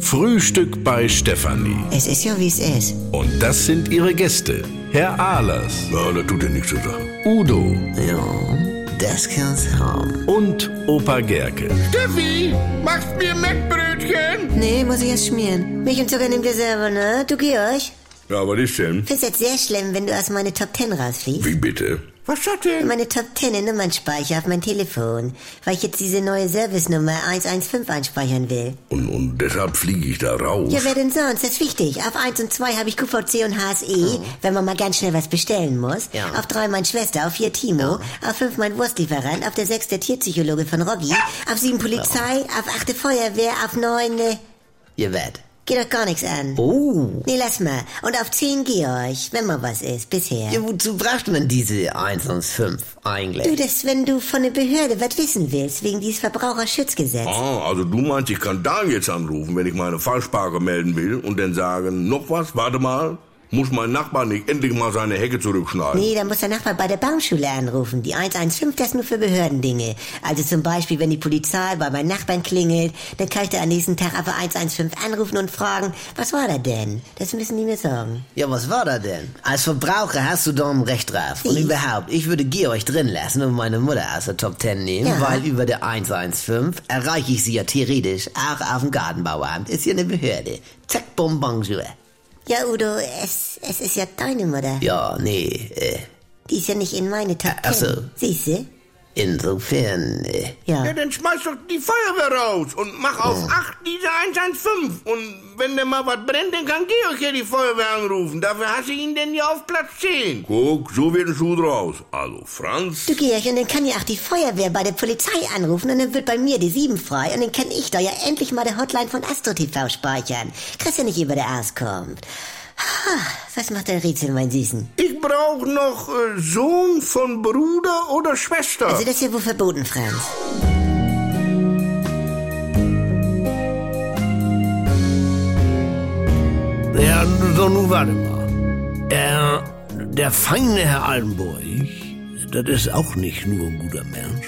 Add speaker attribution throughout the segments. Speaker 1: Frühstück bei Stefanie.
Speaker 2: Es ist ja, wie es ist.
Speaker 1: Und das sind ihre Gäste. Herr Ahlers,
Speaker 3: Ja, da tut er nichts zu sagen.
Speaker 1: Udo
Speaker 2: Ja, das kann's haben.
Speaker 1: und Opa Gerke.
Speaker 4: Steffi, machst mir Mettbrötchen?
Speaker 2: Nee, muss ich erst schmieren. Milch und Zucker nehmt ihr selber, ne? Du, Georg?
Speaker 3: Ja, was ist denn?
Speaker 2: Find's jetzt sehr schlimm, wenn du aus meiner Top Ten rausfliegst.
Speaker 3: Wie bitte?
Speaker 4: Was hat denn?
Speaker 2: Meine Top 10 in Nummernspeicher auf mein Telefon, weil ich jetzt diese neue Servicenummer 115 einspeichern will.
Speaker 3: Und, und deshalb fliege ich da raus.
Speaker 2: Ja, wer denn sonst? Das ist wichtig. Auf 1 und 2 habe ich QVC und HSE, wenn man mal ganz schnell was bestellen muss.
Speaker 5: Ja.
Speaker 2: Auf 3 mein Schwester, auf 4 Timo, auf 5 mein Wurstlieferant, auf der 6 der Tierpsychologe von Robby, auf 7 Polizei, auf 8 Feuerwehr, auf 9... Äh,
Speaker 5: Ihr werdet.
Speaker 2: geht doch gar nichts an.
Speaker 5: Oh.
Speaker 2: Nee, lass mal. Und auf 10 Georg, wenn mal was ist, bisher.
Speaker 5: Ja, wozu braucht man diese 1 und 5
Speaker 2: Du,
Speaker 5: eigentlich?
Speaker 2: das, wenn du von der Behörde was wissen willst, wegen dieses Verbraucherschutzgesetz.
Speaker 5: Oh.
Speaker 3: Ah, also du meinst, ich kann da jetzt anrufen, wenn ich meine Falschparke melden will und dann sagen, noch was, warte mal, muss mein Nachbar nicht endlich mal seine Hecke zurückschneiden?
Speaker 2: Nee, dann muss der Nachbar bei der Baumschule anrufen. Die 115, das ist nur für Behördendinge. Also zum Beispiel, wenn die Polizei bei meinen Nachbarn klingelt, dann kann ich da am nächsten Tag aber 115 anrufen und fragen, was war da denn? Das müssen die mir sagen.
Speaker 5: Ja, was war da denn? Als Verbraucher hast du da ein Recht drauf. Und
Speaker 2: Ich-
Speaker 5: überhaupt, ich würde Georg drin lassen und meine Mutter aus der Top 10 nehmen,
Speaker 2: Ja.
Speaker 5: weil über der 115 erreiche ich sie ja theoretisch auch auf dem Gartenbauamt. Ist ja eine Behörde. Zack, bum, bonjour.
Speaker 2: Ja, Udo, es, es ist ja deine Mutter.
Speaker 5: Ja, nee, äh,
Speaker 2: Die ist ja nicht in meine Top
Speaker 5: Ach
Speaker 2: Ten.
Speaker 5: so.
Speaker 2: Siehst du?
Speaker 5: insofern, äh,
Speaker 2: Ja.
Speaker 3: Ja, dann schmeiß doch die Feuerwehr raus und mach auf 8 diese 115. Und wenn denn mal was brennt, dann kann Georg ja die Feuerwehr anrufen. Dafür hasse ich ihn denn ja auf Platz 10. Guck, so wird ein Schuh draus. Also Franz.
Speaker 2: Du, Georg, und dann kann ja auch die Feuerwehr bei der Polizei anrufen und dann wird bei mir die 7 frei und dann kann ich da ja endlich mal der Hotline von Astro TV speichern. Kriegst ja nicht über der Auskunft. Ha, Was macht der Rätsel, mein Süßen?
Speaker 3: Ich brauch noch äh, Sohn von Bruder oder Schwester.
Speaker 2: Also das ist ja wohl verboten, Franz.
Speaker 6: Ja, so nun warte mal. Äh, der feine Herr Altenburg, das ist auch nicht nur ein guter Mensch.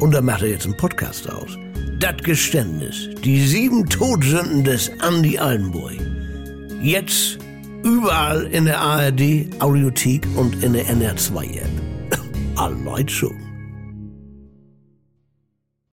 Speaker 6: Und da macht er jetzt einen Podcast aus. Das Geständnis, die sieben Todsünden des Andy Altenburg. Jetzt überall in der ARD, Audiothek und in der NR2-App. Alle Leute schon.